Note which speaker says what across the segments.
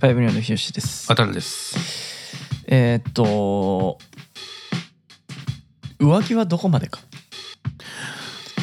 Speaker 1: パイブニアのひよしです
Speaker 2: あ。たるです。
Speaker 1: えーっと浮気はどこまでか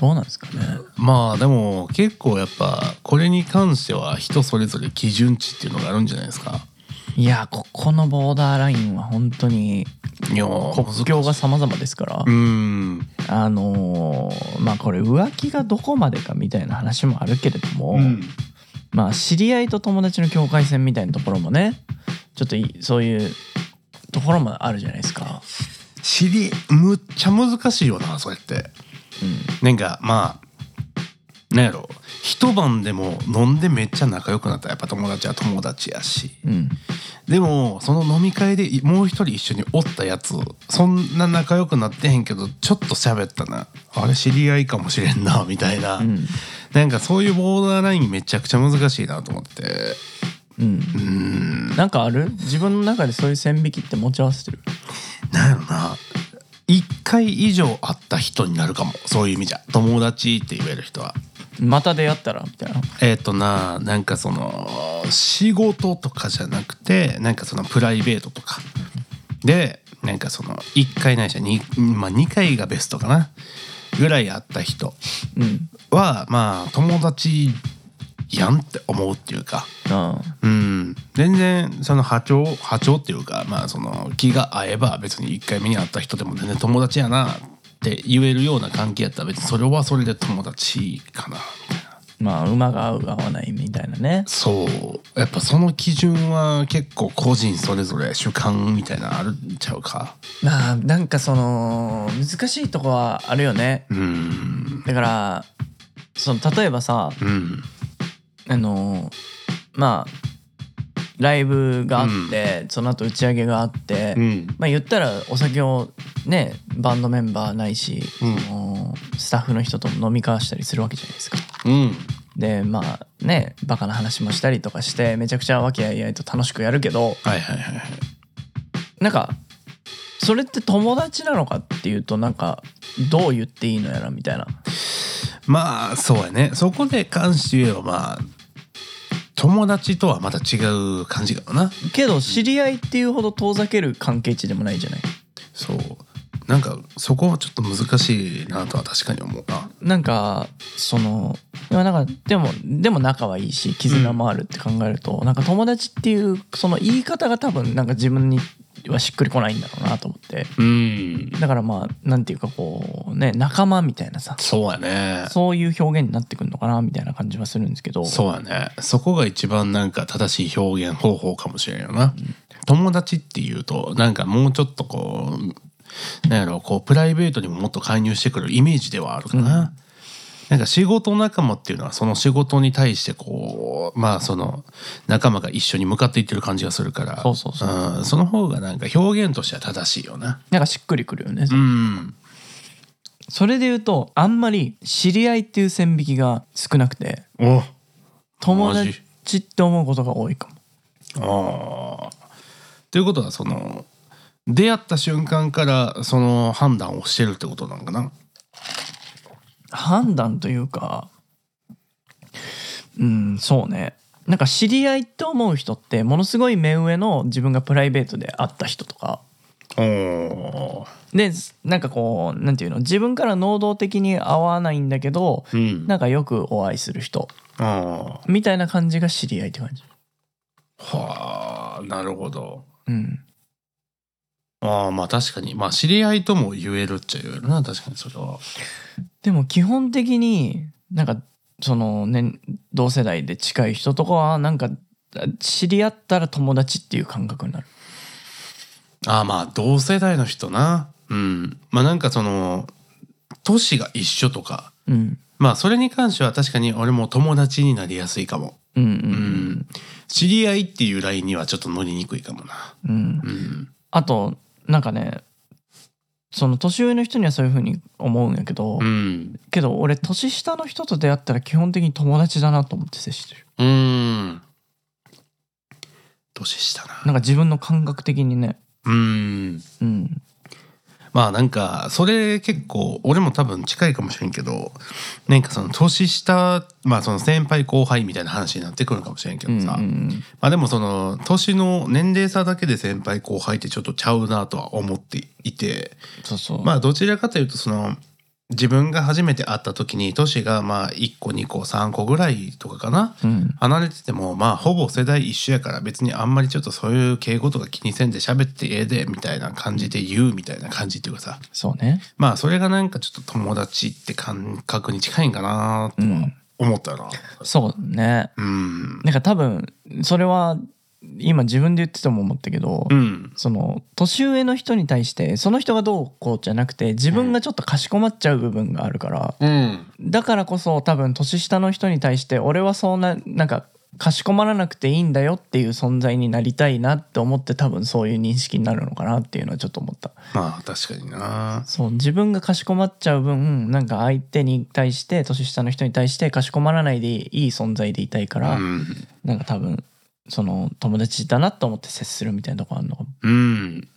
Speaker 1: どうなんですかね。
Speaker 2: まあでも結構やっぱこれに関しては人それぞれ基準値っていうのがあるんじゃないですか。
Speaker 1: いやここのボーダーラインは本当に
Speaker 2: いや
Speaker 1: 国境が様々ですから
Speaker 2: う、ん
Speaker 1: あのーまあこれ浮気がどこまでかみたいな話もあるけれども、
Speaker 2: うん
Speaker 1: まあ知り合いと友達の境界線みたいなところもねちょっといそういうところもあるじゃないですか。
Speaker 2: 知りむっちゃ難しいよなそれって。
Speaker 1: うん
Speaker 2: なんかまあなんやろ一晩でも飲んでめっちゃ仲良くなったらやっぱ友達は友達やし。
Speaker 1: うん
Speaker 2: でもその飲み会でいもう一人一緒におったやつそんな仲良くなってへんけどちょっと喋ったなあれ知り合いかもしれんなみたいな、
Speaker 1: うん
Speaker 2: なんかそういうボーダーラインめちゃくちゃ難しいなと思って
Speaker 1: うん
Speaker 2: うーん
Speaker 1: なんかある自分の中でそういう線引きって持ち合わせてる
Speaker 2: なんやろな1回以上会った人になるかもそういう意味じゃ友達って言える人は。
Speaker 1: また出会ったらみたいな
Speaker 2: えっ、とななんかその仕事とかじゃなくてなんかそのプライベートとかでなんかその1回ないしは 2,、まあ、2回がベストかなぐらいあった人
Speaker 1: うん
Speaker 2: はまあ友達やんって思うっていうか
Speaker 1: あ
Speaker 2: うん全然その波長波長っていうかまあその気が合えば別に1回目に会った人でも全然友達やなって言えるような関係やったら別にそれはそれで友達かなみたいな。
Speaker 1: まあ馬が合う合わないみたいなね
Speaker 2: そうやっぱその基準は結構個人それぞれ主観みたいなのあるんちゃうか
Speaker 1: まあなんかその難しいとこはあるよね
Speaker 2: うん
Speaker 1: だからその例えばさ
Speaker 2: うん
Speaker 1: あのまあライブがあって、その後打ち上げがあって、
Speaker 2: うん
Speaker 1: まあ言ったらお酒をねバンドメンバーないし、
Speaker 2: うん
Speaker 1: そのスタッフの人とも飲み交わしたりするわけじゃないですか。
Speaker 2: うん
Speaker 1: でまあねバカな話もしたりとかしてめちゃくちゃ和気あいあいと楽しくやるけど
Speaker 2: はいはいはいはい
Speaker 1: なんかそれって友達なのかっていうとなんかどう言っていいのやらみたいな
Speaker 2: まあそうやねそこで関して言えばまあ友達とはまた違う感じかな
Speaker 1: けど知り合いっていうほど遠ざける関係値でもないじゃない
Speaker 2: そうなんかそこはちょっと難しいなとは確かに思うな
Speaker 1: なんかそのいやなんかでもでも仲はいいし絆もあるって考えると、なんか友達っていうその言い方が多分なんか自分にはしっくりこないんだろうなと思って
Speaker 2: うん
Speaker 1: だからまあなんていうかこうね仲間みたいなさ
Speaker 2: そうやね
Speaker 1: そういう表現になってくるのかなみたいな感じはするんですけど
Speaker 2: そうやねそこが一番なんか正しい表現方法かもしれんよな、友達っていうとなんかもうちょっとこうなんやろこうプライベートにももっと介入してくるイメージではあるかな、なんか仕事仲間っていうのはその仕事に対してこうまあその仲間が一緒に向かっていってる感じがするから
Speaker 1: そうそうそ
Speaker 2: んその方がなんか表現としては正しいよな
Speaker 1: なんかしっくりくるよね、
Speaker 2: うん
Speaker 1: それで言うとあんまり知り合いっていう線引きが少なくて
Speaker 2: お
Speaker 1: 友
Speaker 2: マジ
Speaker 1: 達って思うことが多いかも
Speaker 2: ああ。ということはその出会った瞬間からその判断をしてるってことなんかな。
Speaker 1: 判断というかうんそうねなんか知り合いって思う人ってものすごい目上の自分がプライベートで会った人とか
Speaker 2: おお。
Speaker 1: でなんかこうなんていうの自分から能動的に会わないんだけど
Speaker 2: うん。
Speaker 1: なんかよくお会いする人
Speaker 2: あ
Speaker 1: みたいな感じが知り合いって感じ
Speaker 2: あ。はあ。なるほど。
Speaker 1: うん
Speaker 2: ああまあ確かにまあ知り合いとも言えるっちゃ言えるな確かにそれは。
Speaker 1: でも基本的になんかそのね同世代で近い人とかはなんか知り合ったら友達っていう感覚になる
Speaker 2: ああまあ同世代の人な。うん。まあなんかその年が一緒とか。
Speaker 1: うん
Speaker 2: まあそれに関しては確かに俺も友達になりやすいかも。
Speaker 1: うんう
Speaker 2: うんん。知り合いっていうラインにはちょっと乗りにくいかもな。
Speaker 1: うん、うん、
Speaker 2: うん。
Speaker 1: あとなんかねその年上の人にはそういう風に思うんやけど、
Speaker 2: うん。
Speaker 1: けど俺年下の人と出会ったら基本的に友達だなと思って接してる
Speaker 2: うん。年下な。
Speaker 1: なんか自分の感覚的にね
Speaker 2: うん。
Speaker 1: うん
Speaker 2: まあなんかそれ結構俺も多分近いかもしれんけどなんかその年下まあその先輩後輩みたいな話になってくるかもしれんけどさ、まあでもその年の年齢差だけで先輩後輩ってちょっとちゃうなとは思っていて
Speaker 1: そうそう、
Speaker 2: まあどちらかというとその自分が初めて会った時に年がまあ1個2個3個ぐらいとかかな、
Speaker 1: うん
Speaker 2: 離れててもまあほぼ世代一緒やから別にあんまりちょっとそういう敬語とか気にせんで喋ってええでみたいな感じで言うみたいな感じっていうかさ
Speaker 1: そうね
Speaker 2: まあそれがなんかちょっと友達って感覚に近いんかなとは思ったな。
Speaker 1: そうね
Speaker 2: うん、
Speaker 1: なんか多分それは今自分で言ってても思ったけど、
Speaker 2: うん
Speaker 1: その年上の人に対してその人がどうこうじゃなくて自分がちょっとかしこまっちゃう部分があるから、
Speaker 2: うん
Speaker 1: だからこそ多分年下の人に対して俺はそんななんかかしこまらなくていいんだよっていう存在になりたいなって思って多分そういう認識になるのかなっていうのはちょっと思った
Speaker 2: まあ確かにな。
Speaker 1: そう自分がかしこまっちゃう分なんか相手に対して年下の人に対してかしこまらないでいい存在でいたいから、
Speaker 2: うん
Speaker 1: なんか多分その友達だなと思って接するみたいなとこあるのかも
Speaker 2: うん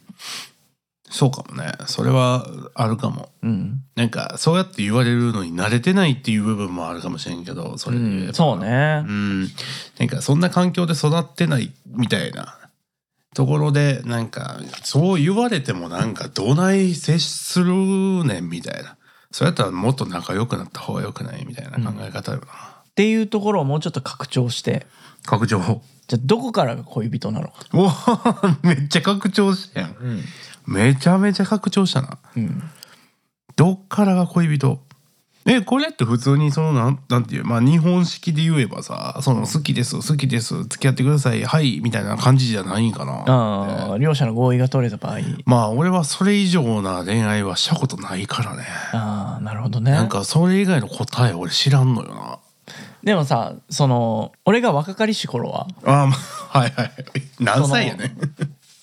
Speaker 2: そうかもねそれはあるかも。
Speaker 1: うん、
Speaker 2: なんかそうやって言われるのに慣れてないっていう部分もあるかもしれんけどそれで言えば、
Speaker 1: うんそうね
Speaker 2: うんなんかそんな環境で育ってないみたいなところでなんかそう言われてもなんかどない接するねんみたいなそうやったらもっと仲良くなった方が良くないみたいな考え方よな、
Speaker 1: っていうところをもうちょっと拡張して
Speaker 2: 拡張 お
Speaker 1: じゃあどこからが恋人なのか、
Speaker 2: ーめっちゃ拡張したやん
Speaker 1: うん
Speaker 2: めちゃめちゃ拡張したなどっからが恋人えこれって普通にそのなんなんていうまあ日本式で言えばさ「その好きです好きです付き合ってくださいはい」みたいな感じじゃないんかな
Speaker 1: ああ両者の合意が取れた場合
Speaker 2: まあ俺はそれ以上な恋愛はしたことないからね
Speaker 1: ああなるほどね
Speaker 2: なんかそれ以外の答え俺知らんのよな
Speaker 1: でもさその俺が若かりし頃は
Speaker 2: あーまあ はいはい何歳やね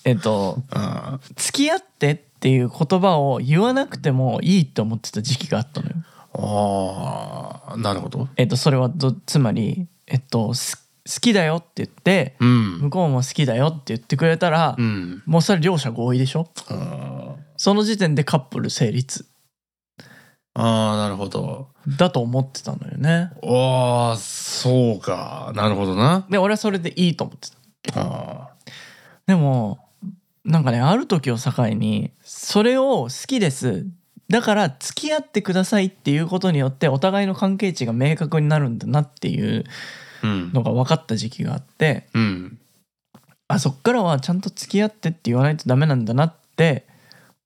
Speaker 1: えっと
Speaker 2: あ
Speaker 1: 付き合ってっていう言葉を言わなくてもいいと思ってた時期があったのよ
Speaker 2: あーなるほど
Speaker 1: えっとそれはどつまりえっとす好きだよって言って、
Speaker 2: うん
Speaker 1: 向こうも好きだよって言ってくれたら、
Speaker 2: うん
Speaker 1: もうそれ両者合意でしょ
Speaker 2: あ
Speaker 1: その時点でカップル成立
Speaker 2: あーなるほど
Speaker 1: だと思ってたのよね
Speaker 2: ああそうかなるほどな
Speaker 1: で俺はそれでいいと思ってた
Speaker 2: あ
Speaker 1: でもなんかねある時を境にそれを好きですだから付き合ってくださいっていうことによってお互いの関係値が明確になるんだなっていう
Speaker 2: ーうん
Speaker 1: のが分かった時期があって
Speaker 2: うん
Speaker 1: あそっからはちゃんと付き合ってって言わないとダメなんだなって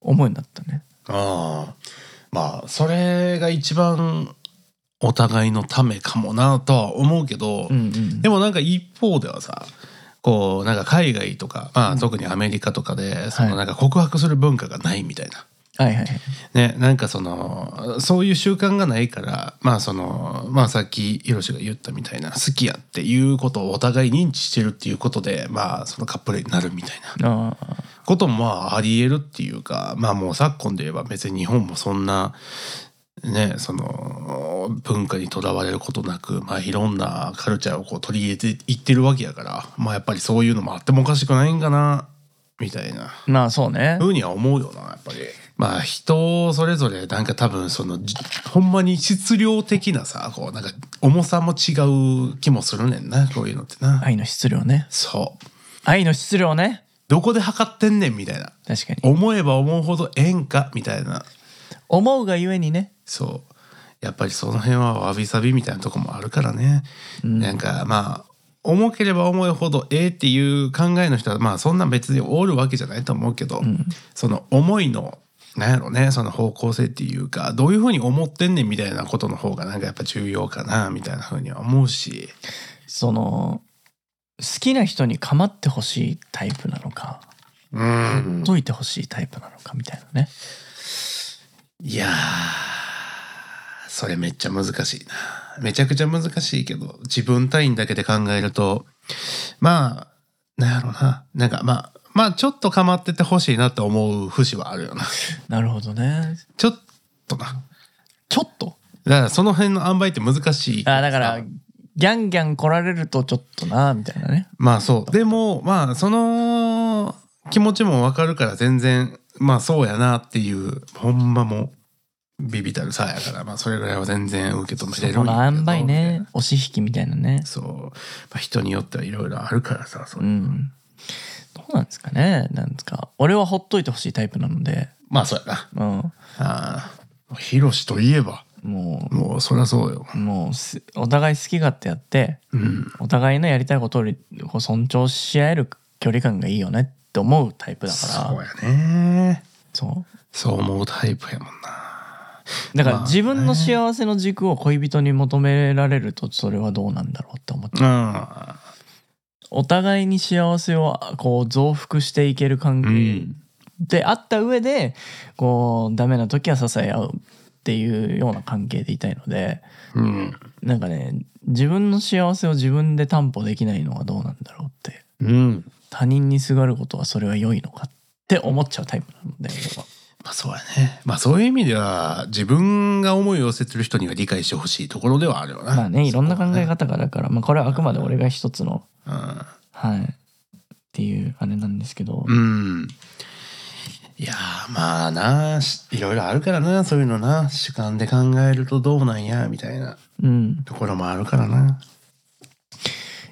Speaker 1: 思うようになったね
Speaker 2: ああまあそれが一番お互いのためかもなとは思うけど、
Speaker 1: うんうん
Speaker 2: でもなんか一方ではさこうなんか海外とか、まあ、特にアメリカとかでそのなんか告白する文化がないみたいな。
Speaker 1: はいはい
Speaker 2: ね、なんかそのそういう習慣がないからまあそのまあさっきヒロシが言ったみたいな好きやっていうことをお互い認知してるっていうことでまあそのカップルになるみたいな
Speaker 1: ああ
Speaker 2: こともまあありえるっていうかまあもう昨今で言えば別に日本もそんなねその文化にとらわれることなく、まあ、いろんなカルチャーをこう取り入れていってるわけやからまあやっぱりそういうのもあってもおかしくないんかなみたいな
Speaker 1: まあそうね
Speaker 2: ふうには思うよなやっぱり。まあ人それぞれなんか多分そのじほんまに質量的なさこうなんか重さも違う気もするねんなこういうのってな。
Speaker 1: 愛の質量ね
Speaker 2: そう
Speaker 1: 愛の質量ね
Speaker 2: どこで測ってんねんみたいな。
Speaker 1: 確かに
Speaker 2: 思えば思うほど演歌みたいな
Speaker 1: 思うがゆえにね
Speaker 2: そうやっぱりその辺はわびさびみたいなとこもあるからね、なんかまあ重ければ重いほどええっていう考えの人はまあそんな別におるわけじゃないと思うけど、その思いのなんやろねその方向性っていうかどういうふうに思ってんねんみたいなことの方がなんかやっぱ重要かなみたいなふうには思うし
Speaker 1: その好きな人に構ってほしいタイプなのか
Speaker 2: うん
Speaker 1: 解いてほしいタイプなのかみたいなね
Speaker 2: いやーそれめっちゃ難しいなめちゃくちゃ難しいけど自分単位だけで考えるとまあなんやろうななんかまあまあちょっと構っててほしいなって思う節はあるよな
Speaker 1: なるほどね
Speaker 2: ちょっとな
Speaker 1: ちょっと
Speaker 2: だからその辺の塩梅って難しい
Speaker 1: あだからギャンギャン来られるとちょっとなみたいなね
Speaker 2: まあそうでもまあその気持ちもわかるから全然まあそうやなっていうほんまもうビビたるさやからまあそれぐらいは全然受け止めれる
Speaker 1: この塩
Speaker 2: んやけ
Speaker 1: 梅
Speaker 2: ど
Speaker 1: ね押し引きみたいなね
Speaker 2: そう、まあ、人によってはいろいろあるからさそうれ
Speaker 1: んどうなんですかねなんですか俺はほっといてほしいタイプなので
Speaker 2: まあそうや
Speaker 1: う
Speaker 2: な
Speaker 1: ん
Speaker 2: ああヒロシといえば
Speaker 1: も
Speaker 2: もうそりゃそうよ
Speaker 1: うもうすお互い好き勝手やって
Speaker 2: うん
Speaker 1: お互いのやりたいことをこう尊重し合える距離感がいいよねって思うタイプだから
Speaker 2: そうやね
Speaker 1: そう
Speaker 2: そう思うタイプやもんな
Speaker 1: だから
Speaker 2: まあね
Speaker 1: 自分の幸せの軸を恋人に求められるとそれはどうなんだろうって思っちゃうお互いに幸せをこう増幅していける関
Speaker 2: う
Speaker 1: 係
Speaker 2: ん
Speaker 1: であった上でこうダメな時は支え合うっていうような関係でいたいので
Speaker 2: うん
Speaker 1: なんかね自分の幸せを自分で担保できないのはどうなんだろうって
Speaker 2: うん
Speaker 1: 他人にすがることはそれは良いのかって思っちゃうタイプなので俺は
Speaker 2: まあそうやねまあそういう意味では自分が思いを寄せてる人には理解してほしいところではあるよな
Speaker 1: まあねいろんな考え
Speaker 2: 方
Speaker 1: 方がだから、まあ、これはあくまで俺が一つの
Speaker 2: うん
Speaker 1: はいっていうあれなんですけど、
Speaker 2: うん。いやーまあなしいろいろあるからなそういうのな主観で考えるとどうなんやみたいな
Speaker 1: うん、
Speaker 2: ところもあるからな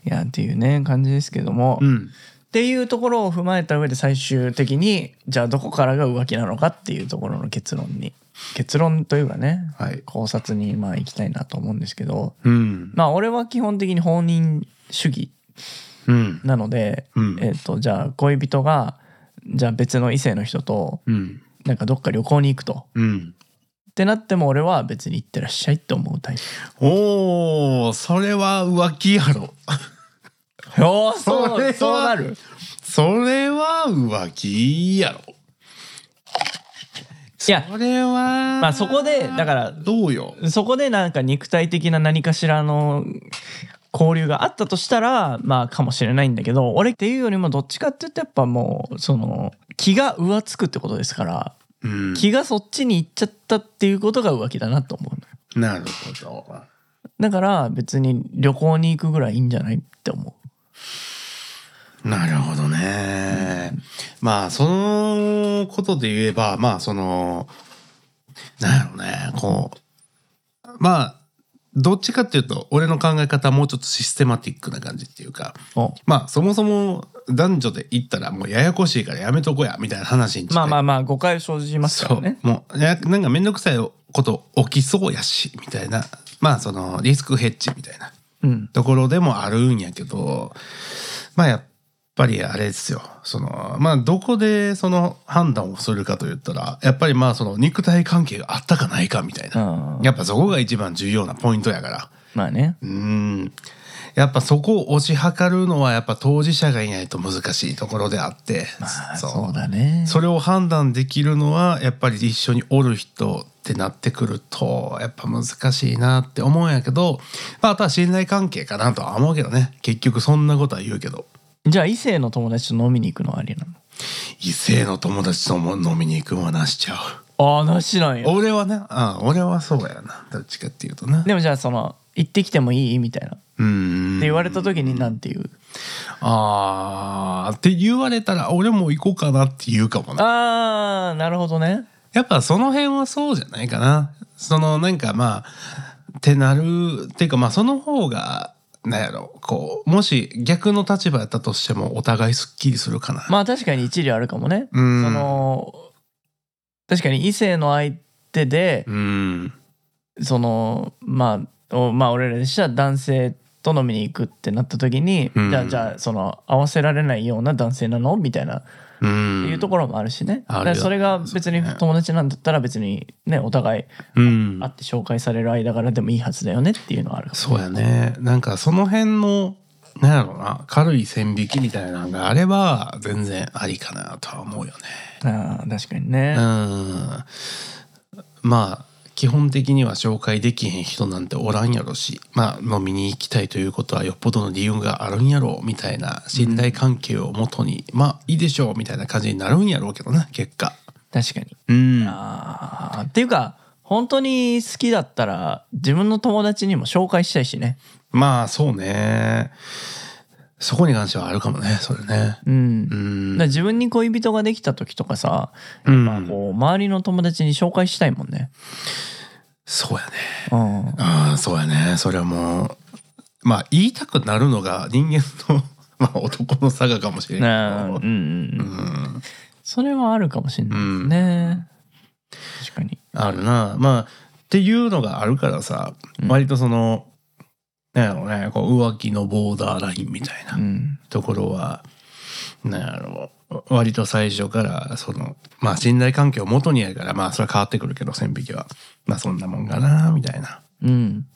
Speaker 2: い
Speaker 1: やっていうね感じですけども、
Speaker 2: うん
Speaker 1: っていうところを踏まえた上で最終的にじゃあどこからが浮気なのかっていうところの結論に結論というかね
Speaker 2: はい
Speaker 1: 考察にまあ行きたいなと思うんですけど
Speaker 2: うん
Speaker 1: まあ俺は基本的に放任主義
Speaker 2: うん
Speaker 1: なので、
Speaker 2: うん
Speaker 1: えっとじゃあ恋人がじゃあ別の異性の人と
Speaker 2: うん
Speaker 1: なんかどっか旅行に行くと。
Speaker 2: うん
Speaker 1: ってなっても俺は別に行ってらっしゃいって思うタイプ。
Speaker 2: おーそれは浮気やろ
Speaker 1: お ー
Speaker 2: それは
Speaker 1: そうなる
Speaker 2: それは浮気やろ
Speaker 1: いや
Speaker 2: それは
Speaker 1: まあそこでだから
Speaker 2: どうよ
Speaker 1: そこでなんか肉体的な何かしらの交流があったとしたらまあかもしれないんだけど俺っていうよりもどっちかって言うとやっぱもうその気が浮つくってことですから
Speaker 2: うん
Speaker 1: 気がそっちに行っちゃったっていうことが浮気だなと思うのよ
Speaker 2: なるほど
Speaker 1: だから別に旅行に行くぐらいいいんじゃないって思
Speaker 2: なるほどね。まあそのことで言えばまあそのなんやろうねこうまあどっちかっていうと俺の考え方はもうちょっとシステマティックな感じっていうか
Speaker 1: うお
Speaker 2: まあそもそも男女で言ったらもうややこしいからやめとこやみたいな話に
Speaker 1: まあまあ
Speaker 2: あ
Speaker 1: まあ誤解生じますか
Speaker 2: そ
Speaker 1: ら
Speaker 2: う
Speaker 1: ね
Speaker 2: もうやなんか面倒くさいこと起きそうやしみたいなまあそのリスクヘッジみたいな
Speaker 1: うん
Speaker 2: ところでもあるんやけどまあやっぱりあれですよそのまあどこでその判断をするかといったらやっぱりまあその肉体関係があったかないかみたいな、
Speaker 1: あ
Speaker 2: やっぱそこが一番重要なポイントやから
Speaker 1: まあね
Speaker 2: うんやっぱそこを推し量るのはやっぱ当事者がいないと難しいところであって、
Speaker 1: まあ
Speaker 2: そう
Speaker 1: そうだね
Speaker 2: それを判断できるのはやっぱり一緒におる人ってなってくるとやっぱ難しいなって思うんやけど、まあ、あとは信頼関係かなとは思うけどね結局そんなことは言うけど
Speaker 1: じゃあ異性の友達と飲みに行くのはありなの
Speaker 2: 異性の友達とも飲みに行くのはなしちゃう
Speaker 1: ああなしなんや
Speaker 2: 俺はねあ俺はそうやなどっちかっていうとな
Speaker 1: でもじゃあその「行ってきてもいい?」みたいなって
Speaker 2: うん
Speaker 1: 言われた時になんていう
Speaker 2: あーって言われたら俺も行こうかなって言うかもな
Speaker 1: あーなるほどね
Speaker 2: やっぱその辺はそうじゃないかな。そのなんかまあってなるっていうかまあその方がなんやろこうもし逆の立場やったとしてもお互いすっきりするかな。
Speaker 1: まあ確かに一理あるかもね
Speaker 2: う
Speaker 1: そ
Speaker 2: ん
Speaker 1: の確かに異性の相手で
Speaker 2: うん
Speaker 1: そのまあおまあ俺らでしたら男性と飲みに行くってなった時に
Speaker 2: うん
Speaker 1: じゃあじゃあその合わせられないような男性なのみたいな
Speaker 2: う
Speaker 1: って
Speaker 2: ん
Speaker 1: いうところもあるしね
Speaker 2: あ
Speaker 1: だ
Speaker 2: るよ
Speaker 1: からそれが別に友達なんだったら別にねお互い
Speaker 2: うん
Speaker 1: 会って紹介される間柄でもいいはずだよねっていうのはあるかも
Speaker 2: そうやね。なんかその辺のなんやろな軽い線引きみたいなのがあれば全然ありかなとは思うよね。
Speaker 1: あー確かにね、
Speaker 2: うんまあ基本的には紹介できへん人なんておらんやろしまあ飲みに行きたいということはよっぽどの理由があるんやろうみたいな信頼関係をもとに、まあいいでしょうみたいな感じになるんやろうけどな結果。
Speaker 1: 確かに
Speaker 2: うん、
Speaker 1: あーっていうか本当に好きだったら自分の友達にも紹介したいしね
Speaker 2: まあそうねそこに関してはあるかもねそれね
Speaker 1: うん
Speaker 2: う
Speaker 1: だか
Speaker 2: ん
Speaker 1: ら自分に恋人ができた時とかさ、
Speaker 2: うん
Speaker 1: まあ、こう周りの友達に紹介したいもんね。
Speaker 2: そうやね
Speaker 1: うん、
Speaker 2: ああそうやねそれはもうまあ言いたくなるのが人間の まあ男の差がかもしれな
Speaker 1: ないうん
Speaker 2: け
Speaker 1: うん
Speaker 2: ど
Speaker 1: う、
Speaker 2: うんん
Speaker 1: それはあるかもしれないですね。確かに。
Speaker 2: あるなまあっていうのがあるからさ割とその、なんやろうねこう浮気のボーダーラインみたいな
Speaker 1: うん
Speaker 2: ところは、なんやろう割と最初からそのまあ信頼関係を元にやからまあそれは変わってくるけど線引きはまあそんなもんかなみたいな
Speaker 1: うん、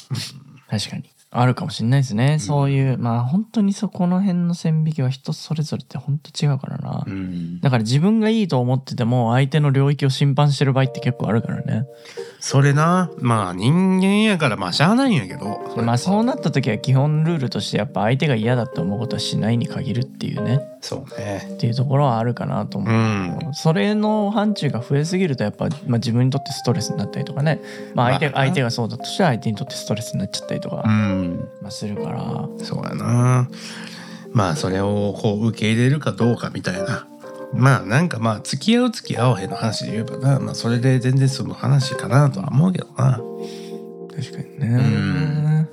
Speaker 1: 確かにあるかもしれないですね、そういうまあ本当にそこの辺の線引きは人それぞれって本当違うからな、
Speaker 2: うん
Speaker 1: だから自分がいいと思ってても相手の領域を侵犯してる場合って結構あるからね
Speaker 2: それなまあ人間やからまあしゃあないんやけどそれ
Speaker 1: まあそうなった時は基本ルールとしてやっぱ相手が嫌だって思うことはしないに限るっていうね
Speaker 2: そうね
Speaker 1: っていうところはあるかなと思
Speaker 2: う
Speaker 1: う、
Speaker 2: ん
Speaker 1: それの範疇が増えすぎるとやっぱ、まあ、自分にとってストレスになったりとかね、まあ、相手
Speaker 2: まあ
Speaker 1: 相手がそうだとしたら相手にとってストレスになっちゃったりとか、
Speaker 2: うん
Speaker 1: まあ、するから
Speaker 2: そうやなまあそれをこう受け入れるかどうかみたいなまあなんかまあ付き合う付き合わへんの話で言えばな、まあ、それで全然済む話かなとは思うけどな
Speaker 1: 確かにね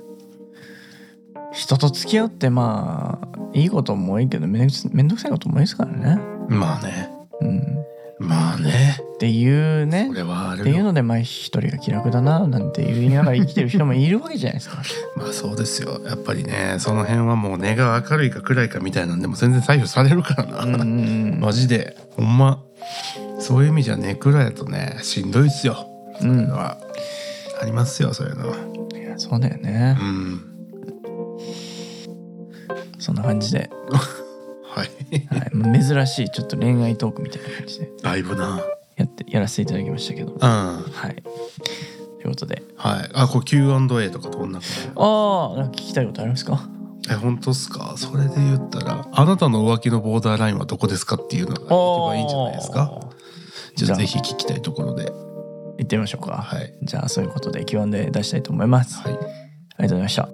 Speaker 1: 人と付き合うってまあいいことも多いけどめんどくさめんどくさいことも多いですからね、
Speaker 2: まあね
Speaker 1: うん、
Speaker 2: まあね
Speaker 1: っていうね
Speaker 2: これはあ
Speaker 1: って
Speaker 2: る
Speaker 1: いう
Speaker 2: よ
Speaker 1: のでまあ一人が気楽だななんて言いながら生きてる人もいるわけじゃないです か
Speaker 2: まあそうですよやっぱりねその辺はもう根が明るいか暗いかみたいなんでも全然左右されるからな、
Speaker 1: うんうん
Speaker 2: マジでほんまそういう意味じゃねくらやとねしんどいっすよ
Speaker 1: う
Speaker 2: それ
Speaker 1: ん
Speaker 2: はありますよそういうのはい
Speaker 1: やそうだよね
Speaker 2: うん
Speaker 1: そんな感じで、
Speaker 2: はい
Speaker 1: はい、珍しいちょっと恋愛トークみたいな感じで
Speaker 2: だいぶな
Speaker 1: やってやらせていただきましたけど
Speaker 2: うんはい
Speaker 1: はいということで
Speaker 2: あこれ Q&A とかどんな感じ
Speaker 1: ああんか聞きたいことありますか
Speaker 2: え本当っすかそれで言ったらあなたの浮気のボーダーラインはどこですかっていうのが一番いいんじゃないですか
Speaker 1: あー
Speaker 2: じ
Speaker 1: じ
Speaker 2: ゃ
Speaker 1: ゃ
Speaker 2: あ
Speaker 1: あ
Speaker 2: ぜひ聞きたいところで
Speaker 1: 行ってみましょうか
Speaker 2: はい
Speaker 1: じゃあそういうことで Q&A 出したいと思います。あ
Speaker 2: は
Speaker 1: り
Speaker 2: い
Speaker 1: がとうございました。